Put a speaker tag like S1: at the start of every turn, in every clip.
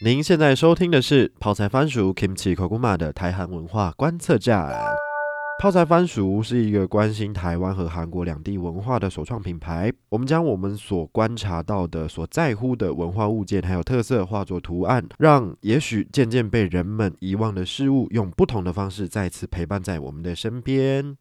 S1: 您现在收听的是泡菜番薯 Kimchi Koguma 的台韩文化观测站。泡菜番薯是一个关心台湾和韩国两地文化的首创品牌。我们将我们所观察到的、所在乎的文化物件还有特色化作图案，让也许渐渐被人们遗忘的事物，用不同的方式再次陪伴在我们的身边。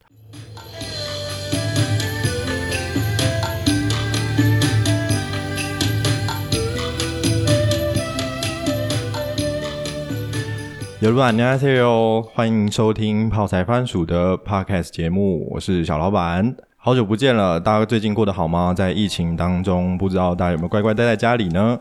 S2: 여러분안녕하세요，欢迎收听泡菜番薯的 podcast 节目，我是小老板。好久不见了，大家最近过得好吗？在疫情当中，不知道大家有没有乖乖待在家里呢？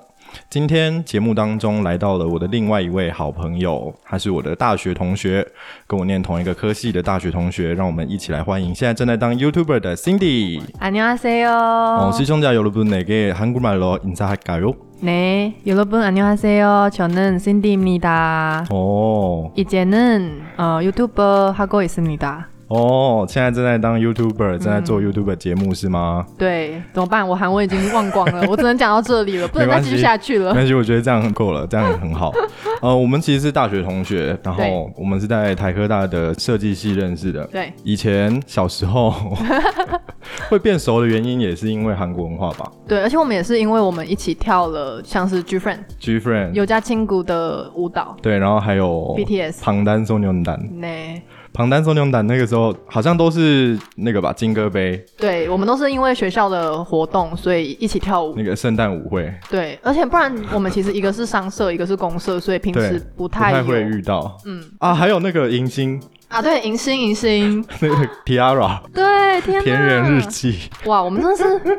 S2: 今天节目当中来到了我的另外一位好朋友，他是我的大学同学，跟我念同一个科系的大学同学，让我们一起来欢迎现在正在当 YouTuber 的 Cindy。哦
S3: 안녕하세요.哦
S2: 어, 시청자 여러분에게 한국말로 인사할까요?
S3: 네, 여러분 안녕하세요. 저는 신디입니다.
S2: 어,
S3: 이제는 어, 유튜버 하고 있습니다.
S2: 哦，现在正在当 YouTuber，正在做 YouTuber 节目、是吗？
S3: 对，怎么办？我韩文已经忘光 了，我只能讲到这里了，不能
S2: 没
S3: 再
S2: 关系
S3: 继续下去 了。
S2: 但是我觉得这样够了，这样也很 好。呃，我们其实是大学同学，然后
S3: 对
S2: 我们是在台科大的设计系认识的。
S3: 对，
S2: 以前小时 候会变熟的原因，也是因为韩国文化吧。
S3: 对，而且我们也是因为我们一起跳了像是 G Friend
S2: G Friend
S3: 有加亲谷的舞蹈，
S2: 对，然后还有
S3: BTS
S2: 庞丹松牛蛋，
S3: 呢，
S2: 庞丹松牛蛋那个时候好像都是那个吧，金歌杯
S3: 对我们都是因为学校的活动，所以一起跳舞
S2: 那。个圣诞舞会，
S3: 对，而且不然我们其实一个是商社，一个是公社，所以平
S2: 对
S3: 时不
S2: 不
S3: 太有
S2: 会遇到。
S3: 嗯
S2: 啊，还有那个迎新，
S3: 啊，对，迎新迎新，
S2: 那个
S3: 啊
S2: Tiara
S3: 对，天呐！
S2: 田园日记，
S3: 哇，我们真的是，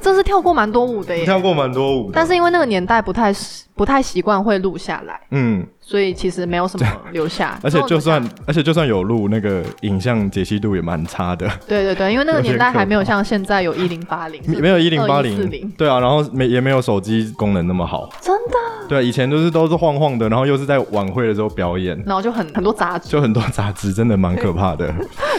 S3: 真是跳过蛮多舞的耶。
S2: 跳过蛮多舞的。
S3: 但是因为那个年代不太不太习惯会录下来，
S2: 嗯，
S3: 所以其实没有什么留下。
S2: 而且
S3: 没有留
S2: 就
S3: 下
S2: 算而且就算有录，那个影像解析度也蛮差 的，
S3: 对对对，因为那个年代
S2: 有点可怕
S3: 还没有像现在有一零八零，
S2: 没有一零八
S3: 零
S2: 零，，对啊，然后没也没有手机功能那么好，
S3: 真的，
S2: 对、以前就是都是晃晃的，然后又是在晚会的时候表演，
S3: 然后就很很多杂志，
S2: 就很多杂志真的蛮可怕 的。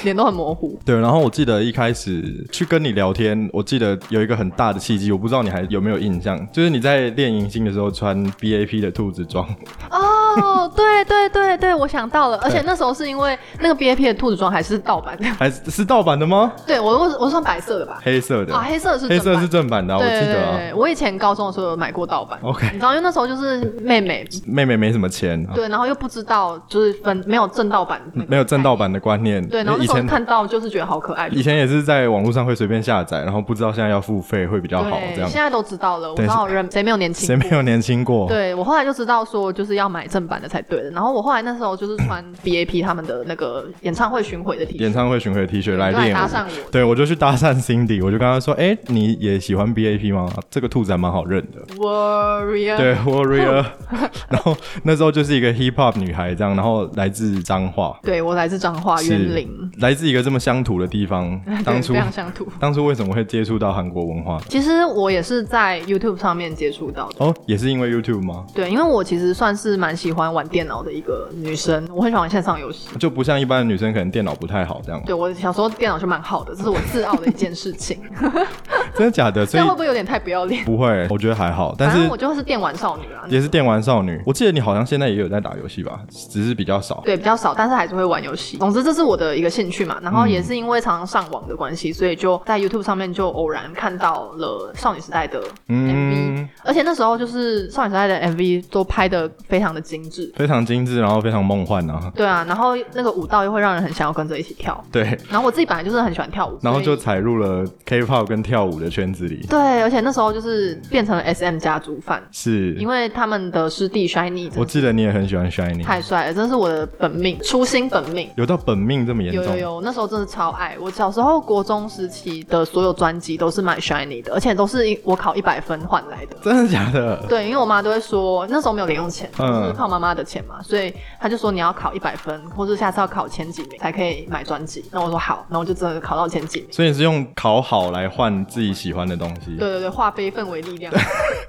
S3: 脸都很模糊。
S2: 对，然后我记得一开始去跟你聊天，我记得有一个很大的契机，我不知道你还有没有印象，就是你在练迎新的时候穿 BAP 的兔子装，
S3: 哦，对对对对，我想到了，而且那时候是因为那个 BAP 的兔子装还是盗版的，
S2: 还是是盗版的吗？
S3: 对我我我算白色的吧，
S2: 黑色的，
S3: 啊，黑色的是
S2: 黑色
S3: 正版
S2: 是正版的、啊，我
S3: 对
S2: 记
S3: 对
S2: 得啊。哦
S3: 对，我以前高中的时候有买过盗版。你
S2: OK，
S3: 知道，因为那时候就是妹妹，
S2: 妹妹没什么钱啊，
S3: 对，然后又不知道，就是分没有正道版那 个，
S2: 嗯没有正盗版的观念。
S3: 对，然后
S2: 以
S3: 那时候
S2: 前
S3: 看到就是觉得好可爱，
S2: 以前也是在网络上会随便下载，然后不知道现在要付费会比较好这
S3: 对，
S2: 样
S3: 现。在都知道了，我
S2: 对
S3: 知道人谁没有年
S2: 谁
S3: 轻
S2: 没
S3: 过。
S2: 有年轻过？
S3: 对我后来就知道说就是要买正版的才对的，然后我后来那时候就是穿 BAP 他们的那个演唱会巡回的 T
S2: 演
S3: 恤，
S2: 唱会巡回的 T 恤来
S3: 就来
S2: 练
S3: 搭
S2: 舞
S3: 讪我。
S2: 对，我就去搭讪 Cindy，我就跟她说：“哎、你也喜欢 BAP 吗？这个兔子还蛮好认的。
S3: Warrior，
S2: 对，Warrior。然 后那时候就是一个 hip hop 女孩这样，然后来自彰化，
S3: 对我来自彰化
S2: 是
S3: 园林，
S2: 来自一个这么乡土的地 方
S3: 对。
S2: 当初
S3: 非常乡土。
S2: 当初为什么会接触到韩国文化？
S3: 其实我也是在 YouTube 上面接触到的。
S2: 哦，也是因为 YouTube 吗？
S3: 对，因为我其实算是蛮喜欢玩电脑的一个女生，我很喜欢玩线上游戏。
S2: 就不像一般的女生可能电脑不太好这样。
S3: 对我小时候电脑就蛮好的，这是我自傲的一件事 情。
S2: 真的假 的？
S3: 这
S2: 所以
S3: 样会不会有点太不要脸？
S2: 不会，我觉得还好。但
S3: 反正我
S2: 是
S3: 就是电玩少女啊，
S2: 也是电玩少女，我记得你好像现在也有在打游戏吧，只是比较少。
S3: 对比较少，但是还是会玩游戏。总之这是我的一个兴趣嘛，然后
S2: 嗯
S3: 也是因为常常上网的关系，所以就在 YouTube 上面就偶然看到了少女时代的 MV，、
S2: 嗯，
S3: 而且那时候就是少女时代的 MV 都拍的非常的精致。
S2: 非常精致，然后非常梦幻啊。
S3: 对啊，然后那个舞蹈又会让人很想要跟着一起跳。
S2: 对，
S3: 然后我自己本来就是很喜欢跳舞，
S2: 然后
S3: 所
S2: 就
S3: 以
S2: 踩入了 K-pop 跟跳舞的圈子里。
S3: 对，而且那时候就是变成了 SM 家族范，
S2: 是
S3: 因，为他们的师弟 Shiny 真
S2: 我
S3: 的
S2: 记得你也很喜欢 Shiny，
S3: 太帅了，真是我的本命，初心本命。
S2: 有到本命这么严
S3: 有有
S2: 重？
S3: 有，那时候真的超爱。我小时候国中时期的所有专辑都是买 Shiny 的，而且都是我考一百分换来的。
S2: 真的假的？
S3: 对，因为我妈都会说，那时候没有零用钱，
S2: 嗯
S3: 就是靠妈妈的钱嘛，所以她就说你要考一百分，或是下次要考前几名才可以买专辑。那我说好，那我就真的考到前几名。
S2: 所以你是用考好来换自己己喜欢的东西。
S3: 对对对，化悲愤为力量，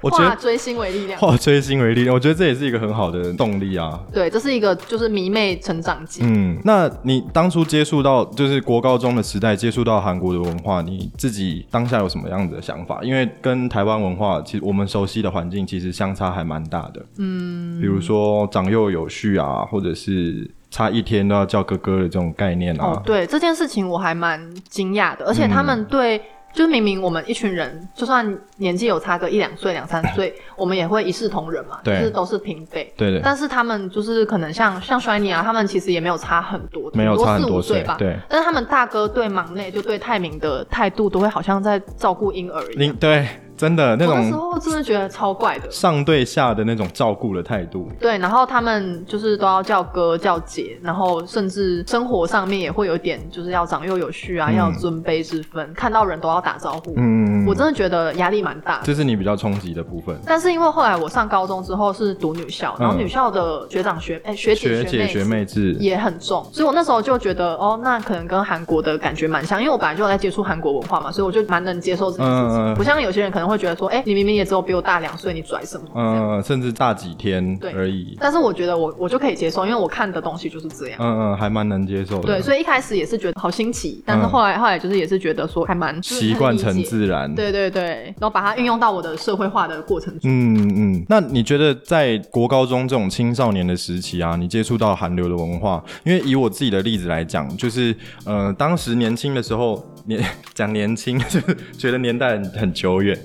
S2: 我觉
S3: 化
S2: 得
S3: 追星为力量。
S2: 化追星为力，我觉得这也是一个很好的动力啊。
S3: 对，这是一个就是迷妹成长记。
S2: 嗯，那你当初接触到就是国高中的时代，接触到韩国的文化，你自己当下有什么样子的想法？因为跟台湾文化，其实我们熟悉的环境其实相差还蛮大的。嗯，比如说长幼有序啊，或者是差一天都要叫哥哥的这种概念啊。嗯
S3: 哦，对这件事情我还蛮惊讶的，而且他们对，就是明明我们一群人，就算年纪有差个一两岁、两三岁，我们也会一视同仁嘛，就
S2: 对
S3: 是都是平辈。
S2: 对对
S3: 但是他们就是可能像像 Shiny 啊，他们其实也没有差很多，
S2: 没有
S3: 顶
S2: 差很
S3: 四五
S2: 多岁
S3: 岁吧。
S2: 对
S3: 但是他们大哥对忙内就对泰明的态度，都会好像在照顾婴儿一
S2: 你
S3: 样。
S2: 对真的那
S3: 我那时
S2: 种
S3: 候真的觉得超怪的。
S2: 上对下的那种照顾的态度。
S3: 对，然后他们就是都要叫哥叫姐，然后甚至生活上面也会有点就是要长幼有序啊，
S2: 嗯
S3: 要有尊卑之分，看到人都要打招呼。
S2: 嗯，
S3: 我真的觉得压力蛮大的。
S2: 这是你比较冲击的部分。
S3: 但是因为后来我上高中之后是读女校，然后
S2: 嗯
S3: 女校的学长学哎、学
S2: 学
S3: 姐
S2: 姐
S3: 妹
S2: 学妹制，
S3: 也很重，所以我那时候就觉得哦，那可能跟韩国的感觉蛮像，因为我本来就有在接触韩国文化嘛，所以我就蛮能接受这件事情。
S2: 嗯嗯嗯
S3: 不像有些人可能会觉得说，哎、你明明也只有比我大两岁，你拽什么？这样
S2: 嗯，甚至大几天
S3: 对
S2: 而已。
S3: 但是我觉得我我就可以接受，因为我看的东西就是这样。
S2: 嗯嗯，还蛮能接受的。
S3: 对，所以一开始也是觉得好新奇，但是后来、后来就是也是觉得说还蛮
S2: 嗯习惯成。
S3: 就是很理解
S2: 自然。，
S3: 对对对，然后把它运用到我的社会化的过程中。
S2: 嗯嗯。那你觉得在国高中这种青少年的时期啊，你接触到韩流的文化，因为以我自己的例子来讲，就是呃，当时年轻的时候，年 讲年轻，就是觉得年代很很久远，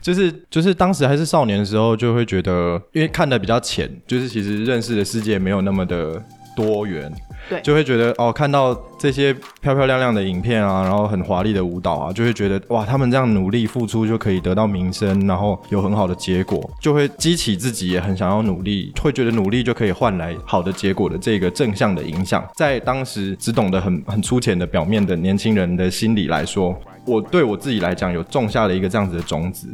S2: 就是就是当时还是少年的时候，就会觉得，因为看的比较浅，就是其实认识的世界没有那么的多元，
S3: 对
S2: 就会觉得哦，看到这些漂漂亮亮的影片啊，然后很华丽的舞蹈啊，就会觉得哇，他们这样努力付出就可以得到名声，然后有很好的结果，就会激起自己也很想要努力，会觉得努力就可以换来好的结果的这个正向的影响，在当时只懂得很很粗浅的表面的 年轻人的心理来说，我对我自己来讲有种下了一个这样子的种子，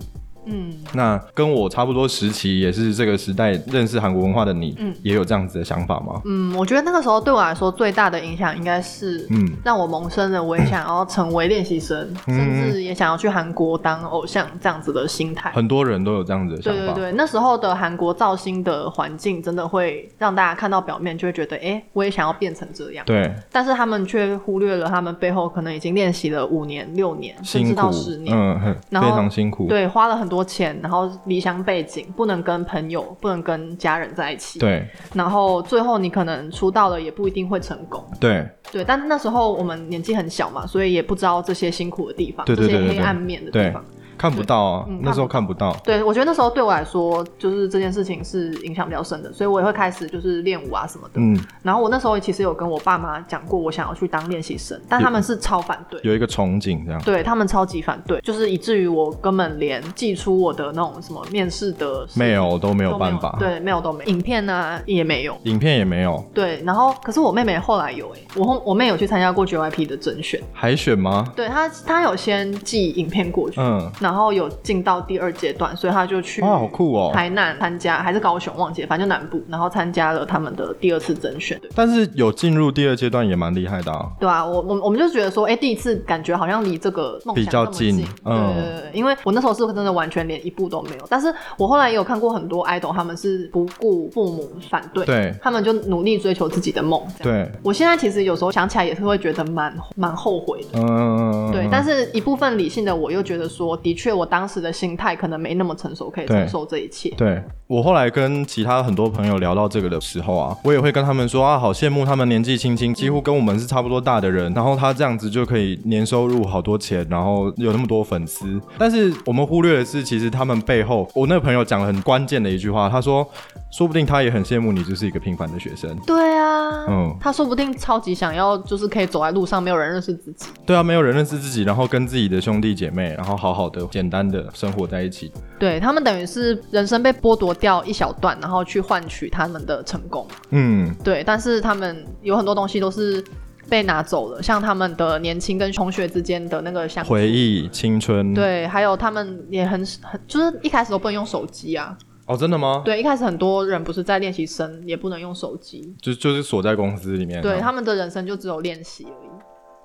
S3: 嗯，
S2: 那跟我差不多时期，也是这个时代认识韩国文化的你，
S3: 嗯
S2: 也有这样子的想法吗？
S3: 嗯，我觉得那个时候对我来说最大的影响应该是，
S2: 嗯
S3: 让我萌生了我也想要成为练习生，甚至也想要去韩国当偶像这样子的心态。
S2: 很多人都有这样子的想
S3: 对
S2: 法。
S3: 对对，那时候的韩国造星的环境真的会让大家看到表面就会觉得，哎，我也想要变成这样。
S2: 对
S3: 但是他们却忽略了他们背后可能已经练习了五年、六年，甚
S2: 辛
S3: 至到
S2: 苦
S3: 十，年。
S2: 嗯，很非
S3: 然后
S2: 常辛苦。
S3: 对，花了很多钱，然后离乡背景，不能跟朋友，不能跟家人在一起。，
S2: 对
S3: 然后最后你可能出道了，也不一定会成功。
S2: 对
S3: 对，但那时候我们年纪很小嘛，所以也不知道这些辛苦的地方，
S2: 对对对
S3: 这
S2: 对
S3: 些黑
S2: 对
S3: 暗面的地
S2: 对
S3: 方。，
S2: 看不到啊
S3: 嗯，
S2: 那时候看不到。
S3: 对，我觉得那时候对我来说，就是这件事情是影响比较深的，所以我也会开始就是练舞啊什么的。
S2: 嗯，
S3: 然后我那时候其实有跟我爸妈讲过，我想要去当练习生，但
S2: 有
S3: 他们是超反对。
S2: 有一个憧憬这样。
S3: 对他们超级反对，就是以至于我根本连寄出我的那种什么面试的
S2: 没有都没
S3: 都
S2: 有办法，
S3: 对，没有都没有，影片呢、啊、也没有。
S2: 影片也没有
S3: 对，然后可是我妹妹后来有哎、我后我妹有去参加过 JYP 的甄选，
S2: 海选吗？
S3: 对她她有先寄影片过去，
S2: 嗯，
S3: 然后有进到第二阶段，所以她就去
S2: 哇，好酷哦！
S3: 台南参加还是高雄忘记了，反正就南部，然后参加了他们的第二次甄选。对
S2: 但是有进入第二阶段也蛮厉害的啊。
S3: 对啊，我我我们就觉得说，哎、第一次感觉好像离这个梦想
S2: 比较
S3: 这么近，
S2: 近嗯
S3: 对对对，因为我那时候是真的完全连一步都没有。但是我后来也有看过很多 idol，他们是不顾父母反对，
S2: 对
S3: 他们就努力追求自己的梦。这样，
S2: 对，
S3: 我现在其实有时候想起来也是会觉得蛮蛮后悔的。
S2: 嗯，
S3: 对，但
S2: 是
S3: 是一部分理性的我又觉得说，的确我当时的心态可能没那么成熟，可以
S2: 对
S3: 承受这一切。
S2: 对我后来跟其他很多朋友聊到这个的时候啊，我也会跟他们说啊，好羡慕他们年纪轻轻，几乎跟我们是差不多大的人，然后他这样子就可以年收入好多钱，然后有那么多粉丝。但是我们忽略的是，其实他们背后，我那个朋友讲了很关键的一句话，他说，说不定他也很羡慕你，就是一个平凡的学生。
S3: 对啊，
S2: 嗯
S3: 他说不定超级想要，就是可以走在路上，没有人认识自己。
S2: 对啊，没有人认识自己，然后跟自己的兄弟姐妹，然后好好的、简单的生活在一起。
S3: 对他们等于是人生被剥夺掉一小段，然后去换取他们的成功。
S2: 嗯，
S3: 对，但是他们有很多东西都是被拿走了，像他们的年轻跟同学之间的那个相处
S2: 回。忆、青春。，
S3: 对，还有他们也很很，就是一开始都不能用手机啊。
S2: 哦，真的吗？
S3: 对，一开始很多人不是在练习生，也不能用手机。
S2: 就就是锁在公司里面。
S3: 对，
S2: 然后
S3: 他们的人生就只有练习而已。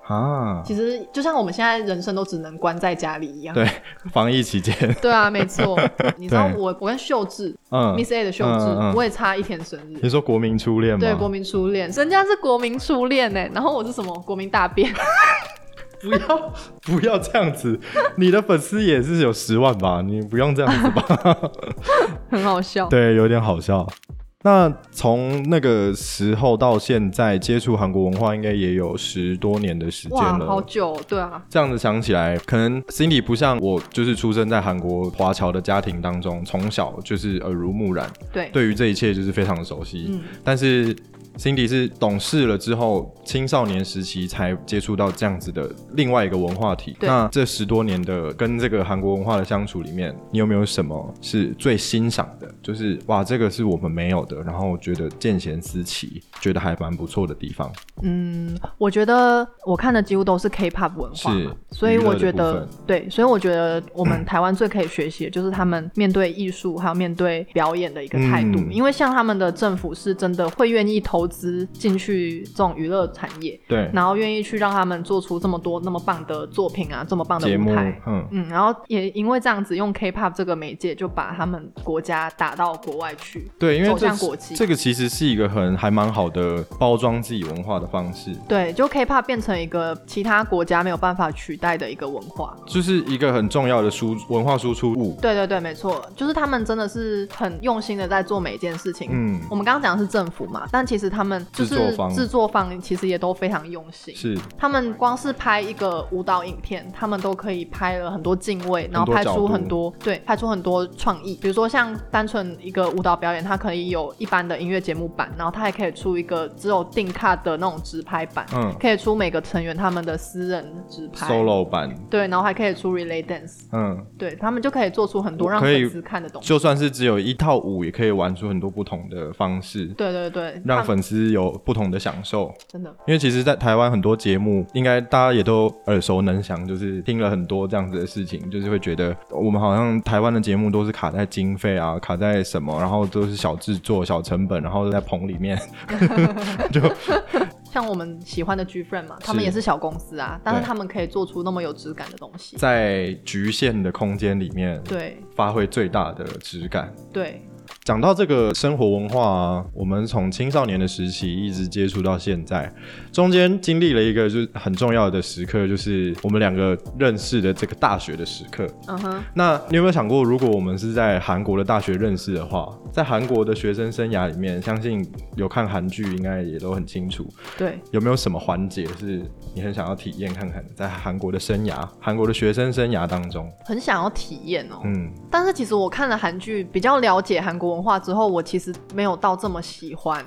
S2: 啊，
S3: 其实就像我们现在人生都只能关在家里一样。
S2: 对防疫期 间，
S3: 对啊，没错。你知 道
S2: 对
S3: 我我跟秀智、
S2: 嗯，
S3: Miss A 的秀智，
S2: 嗯嗯
S3: 我也差一天生日。
S2: 你说国民初恋吗？
S3: 对，国民初恋，人家是国民初恋呢，然后我是什么国民大便，
S2: 不要 不要这样子，你的粉丝也是有十万吧？你不用这样子 吧？
S3: 很好笑。
S2: 对，有点好笑。那从那个时候到现在，接触韩国文化应该也有十多年的时间
S3: 哇，好
S2: 了。
S3: 久，对啊，
S2: 这样子想起来，可能 Cindy 不像我，就是出生在韩国华侨的家庭当中，从小就是耳濡目染，
S3: 对，
S2: 对于这一切就是非常熟悉。
S3: 嗯
S2: 但是 Cindy 是懂事了之后，青少年时期才接触到这样子的另外一个文化体。
S3: 对
S2: 那这十多年的跟这个韩国文化的相处里面，你有没有什么是最欣赏的？就是哇，这个是我们没有的，然后我觉得见贤思齐，觉得还蛮不错的地方。
S3: 嗯，我觉得我看的几乎都是 K-pop 文化嘛，
S2: 是
S3: 所以我觉
S2: 娱乐的
S3: 得
S2: 部
S3: 对，所以我觉得我们台湾最可以学习的就是他们面对艺术还有面对表演的一个态度，
S2: 嗯
S3: 因为像他们的政府是真的会愿意投资进去这种娱乐产业，
S2: 对，
S3: 然后愿意去让他们做出这么多那么棒的作品啊，这么棒的
S2: 节
S3: 舞
S2: 目
S3: 台。，
S2: 嗯，
S3: 嗯，然后也因为这样子，用 K-pop 这个媒介就把他们国家打到国外去。
S2: 对，因为
S3: 走
S2: 这
S3: 向国际
S2: 这个其实是一个很还蛮好的包装自己文化的方式。
S3: 对，就 K-pop 变成一个其他国家没有办法取代的一个文化。
S2: 就是一个很重要的输文化输出物，
S3: 对对对，没错，就是他们真的是很用心的在做每一件事情。
S2: 嗯
S3: 我们刚刚讲的是政府嘛，但其实他们就是
S2: 制作方
S3: 制作方其实也都非常用心。
S2: 是
S3: 他们光是拍一个舞蹈影片，他们都可以拍了很多敬畏，
S2: 很
S3: 然后
S2: 多
S3: 拍
S2: 角度
S3: 出很多对，拍出很多创意。比如说像单纯一个舞蹈表演，它可以有一般的音乐节目版，然后它还可以出一个只有定卡的那种直拍版，
S2: 嗯
S3: 可以出每个成员他们的私人直拍
S2: solo 版，
S3: 对，然后还可以出 relay dance，
S2: 嗯，
S3: 对他们就可以做出很多让
S2: 可以
S3: 粉丝看的东西。
S2: 就算是只有一套舞，也可以玩出很多不同的方式，
S3: 对对对，
S2: 让
S3: 他们
S2: 粉丝有不同的享受。
S3: 真的
S2: 因为其实，在台湾很多节目，应该大家也都耳熟能详，就是听了很多这样子的事情，就是会觉得哦我们好像台湾的节目都是卡在经费啊，卡在什么，然后都是小制作、小成本，然后在棚里面就
S3: 像我们喜欢的 G Friend 嘛，他们
S2: 是
S3: 也是小公司啊，但是
S2: 对
S3: 他们可以做出那么有质感的东西。
S2: 在局限的空间里面
S3: 对
S2: 发挥最大的质感。
S3: 对，
S2: 讲到这个生活文化、啊，我们从青少年的时期一直接触到现在，中间经历了一个就是很重要的时刻，就是我们两个认识的这个大学的时刻。
S3: 嗯哼，
S2: 那你有没有想过，如果我们是在韩国的大学认识的话，在韩国的学生生涯里面，相信有看韩剧应该也都很清楚，
S3: 对。
S2: 有没有什么环节是你很想要体验看看，在韩国的生涯，韩国的学生生涯当中，
S3: 很想要体验哦、
S2: 嗯，
S3: 但是其实我看了韩剧，比较了解韩国文化之后，我其实没有到这么喜欢。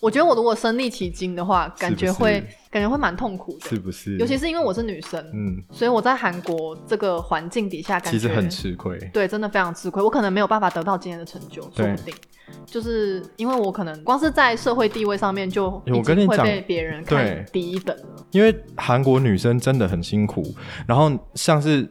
S3: 我觉得我如果身历其境的话，感觉会
S2: 是不
S3: 感觉会蛮痛苦的，
S2: 是不是？
S3: 尤其是因为我是女生，
S2: 嗯，
S3: 所以我在韩国这个环境底下，感觉
S2: 其实很吃亏。
S3: 对，真的非常吃亏。我可能没有办法得到今天的成就，说
S2: 对
S3: 不定就是因为我可能光是在社会地位上面就
S2: 欸我
S3: 已
S2: 跟
S3: 经
S2: 你
S3: 会
S2: 讲
S3: 被别人
S2: 对
S3: 看低一等了。
S2: 因为韩国女生真的很辛苦，然后像是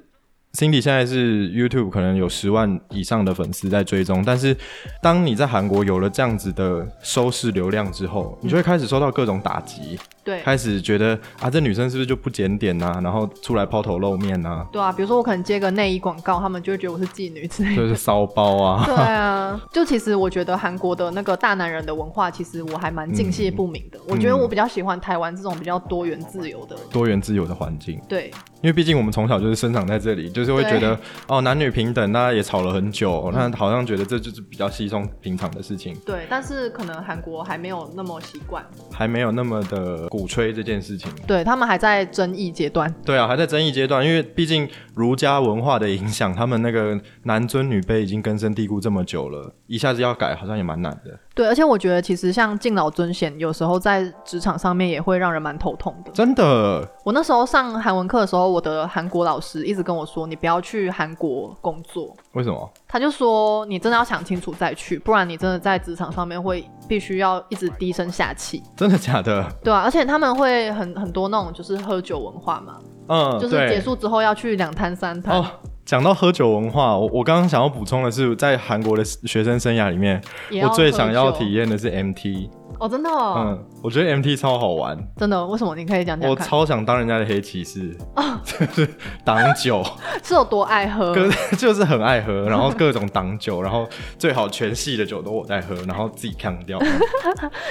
S2: Cindy 现在是 YouTube 可能有十万以上的粉丝在追踪，但是当你在韩国有了这样子的收视流量之后，你就会开始收到各种打击，
S3: 对，
S2: 开始觉得啊这女生是不是就不检点呐、然后出来抛头露面呐、
S3: 对啊，比如说我可能接个内衣广告，他们就会觉得我是妓女之类的
S2: 就。是骚包啊，
S3: 对啊，就其实我觉得韩国的那个大男人的文化，其实我还蛮敬谢不明的。我觉得我比较喜欢台湾这种比较多元自由的，
S2: 多元自由的环境。
S3: 对
S2: 因为毕竟我们从小就是生长在这里，就是会觉得
S3: 对
S2: 哦男女平等，大家也吵了很久，那好像觉得这就是比较稀松平常的事情。
S3: 对，但是可能韩国还没有那么习惯，
S2: 还没有那么的鼓吹这件事情。
S3: 对他们还在争议阶段。
S2: 对啊，还在争议阶段，因为毕竟儒家文化的影响，他们那个男尊女卑已经根深蒂固这么久了，一下子要改好像也蛮难的。
S3: 对，而且我觉得其实像敬老尊贤，有时候在职场上面也会让人蛮头痛的。
S2: 真的，
S3: 我那时候上韩文课的时候，我的韩国老师一直跟我说，你不要去韩国工作。
S2: 为什么？
S3: 他就说：“你真的要想清楚再去，不然你真的在职场上面会必须要一直低声下气。”
S2: 真的假 的？
S3: 对啊，而且他们会很很多那种就是喝酒文化嘛，
S2: 嗯，
S3: 就是
S2: 对
S3: 结束之后要去两摊三摊。
S2: 哦。讲到喝酒文化，我我刚刚想要补充的是，在韩国的学生生涯里面，
S3: 也要
S2: 我
S3: 喝
S2: 最想要体
S3: 酒，
S2: 验的是 MT，
S3: 哦，真的哦，
S2: 嗯，我觉得 MT 超好玩，
S3: 真的哦，为什么？你可以讲讲
S2: 我
S3: 看，哦
S2: 超想当人家的黑骑士， 就是挡酒，
S3: 是有多爱喝？
S2: 各就是 很爱喝，然后各种挡酒，然后最好全系的酒都我在喝，然后自己扛 掉。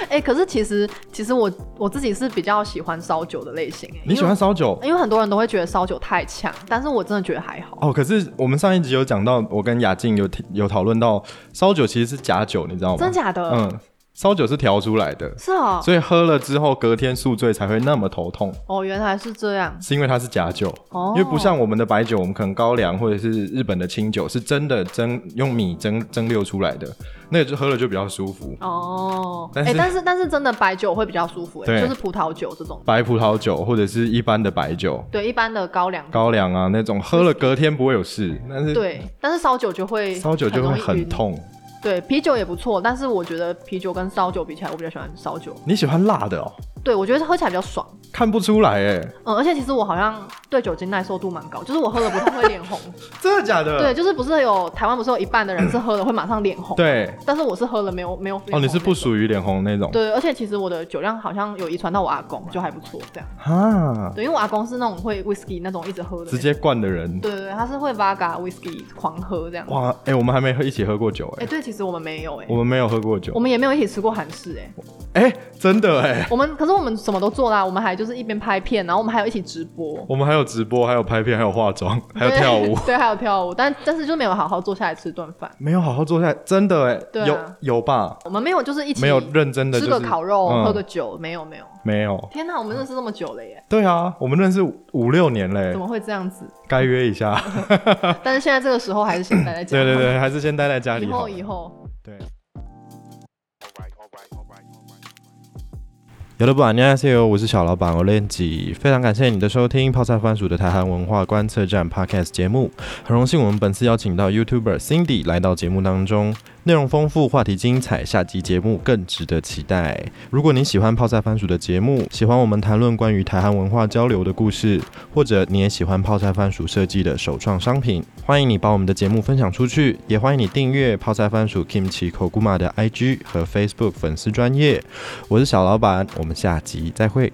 S3: 哎、可是其实其实我我自己是比较喜欢烧酒的类型、哎
S2: 你喜欢？烧酒
S3: 因？为因为很多人都会觉得烧酒太强，但是我真的觉得还好。
S2: 哦，可是我们上一集有讲到，我跟雅静有提有讨论到烧酒其实是假酒，你知道吗？
S3: 真假的？
S2: 嗯，烧酒是调出来的，
S3: 是哦，
S2: 所以喝了之后隔天宿醉才会那么头痛，
S3: 哦，原来是这样。
S2: 是因为它是假酒。
S3: 哦，
S2: 因为不像我们的白酒，我们可能高粱或者是日本的清酒，是真的蒸用米蒸蒸馏出来的，那个就喝了就比较舒服。
S3: 哦，哎、
S2: 但是
S3: 但是但是真的白酒会比较舒服、哎，
S2: 对
S3: 就是葡萄酒这种，
S2: 白葡萄酒或者是一般的白酒、
S3: 对，一般的高粱，
S2: 高粱啊那种，喝了隔天不会有事，但是
S3: 对，但是烧酒就会
S2: 烧酒就会
S3: 容易
S2: 很
S3: 晕。
S2: 痛。
S3: 对，啤酒也不错，但是我觉得啤酒跟烧酒比起来，我比较喜欢烧酒。
S2: 你喜欢辣的哦？
S3: 对，我觉得喝起来比较爽。
S2: 看不出来哎，
S3: 嗯，而且其实我好像对酒精耐受度蛮高，就是我喝了不太会 脸红。
S2: 真的假的？
S3: 对，就是不是有台湾不是有一半的人是喝了会马上脸红，
S2: 对
S3: 但是我是喝了没有没有脸
S2: 哦，
S3: 红
S2: 你是不
S3: 那种。
S2: 属于脸红那种
S3: 对，而且其实我的酒量好像有遗传到我阿公，就还不错这样。
S2: 啊，
S3: 对，因为我阿公是那种会 whisky 那种一直喝的，
S2: 直。接灌的人
S3: 对对对，他是会 Vaga whisky 狂喝这样。
S2: 哇哎，我们还没喝一起喝过酒
S3: 哎、
S2: 哎，
S3: 对，其实我们没有哎、
S2: 我们没有喝过
S3: 我
S2: 酒
S3: 们也没有一起吃过韩式哎、
S2: 哎，真的哎，
S3: 我们可是我们什么都做啦，我们还就是一边拍片，然后我们还有一起直播，
S2: 我们还有直播，还有拍片，还有化妆，还有
S3: 对。
S2: 跳舞
S3: 对，还有跳舞，但但是就没有好好坐下来吃顿饭，
S2: 没有好好坐下来，真的哎、
S3: 对啊
S2: 有有吧？
S3: 我们没有就是一起
S2: 没有认真的、就
S3: 吃
S2: 是、
S3: 个烤肉，
S2: 嗯
S3: 喝个酒，没有没有。
S2: 没有？
S3: 天哪，我们认识这么久了耶，
S2: 对啊，我们认识五五六年嘞
S3: 怎，么会这样子？
S2: 该约一下。
S3: 但是现在这个时候还是先待在家，
S2: 对对对，还是先待在家里
S3: 以
S2: 好
S3: 后
S2: 了
S3: 以后，
S2: 对。有的板，你好，我是小老板 o l e n g 非常感谢你的收听泡菜番薯的台韩文化观测站 Podcast 节目。很荣幸我们本次邀请到 YouTuber Cindy 来到节目当中，内容丰富，话题精彩，下集节目更值得期待。如果你喜欢泡菜番薯的节目，喜欢我们谈论关于台韩文化交流的故事，或者你也喜欢泡菜番薯设计的首创商品，欢迎你把我们的节目分享出去，也欢迎你订阅泡菜番薯 Kimchi Koguma 的 IG 和 Facebook 粉丝专业。我是小老板，我们下集再会。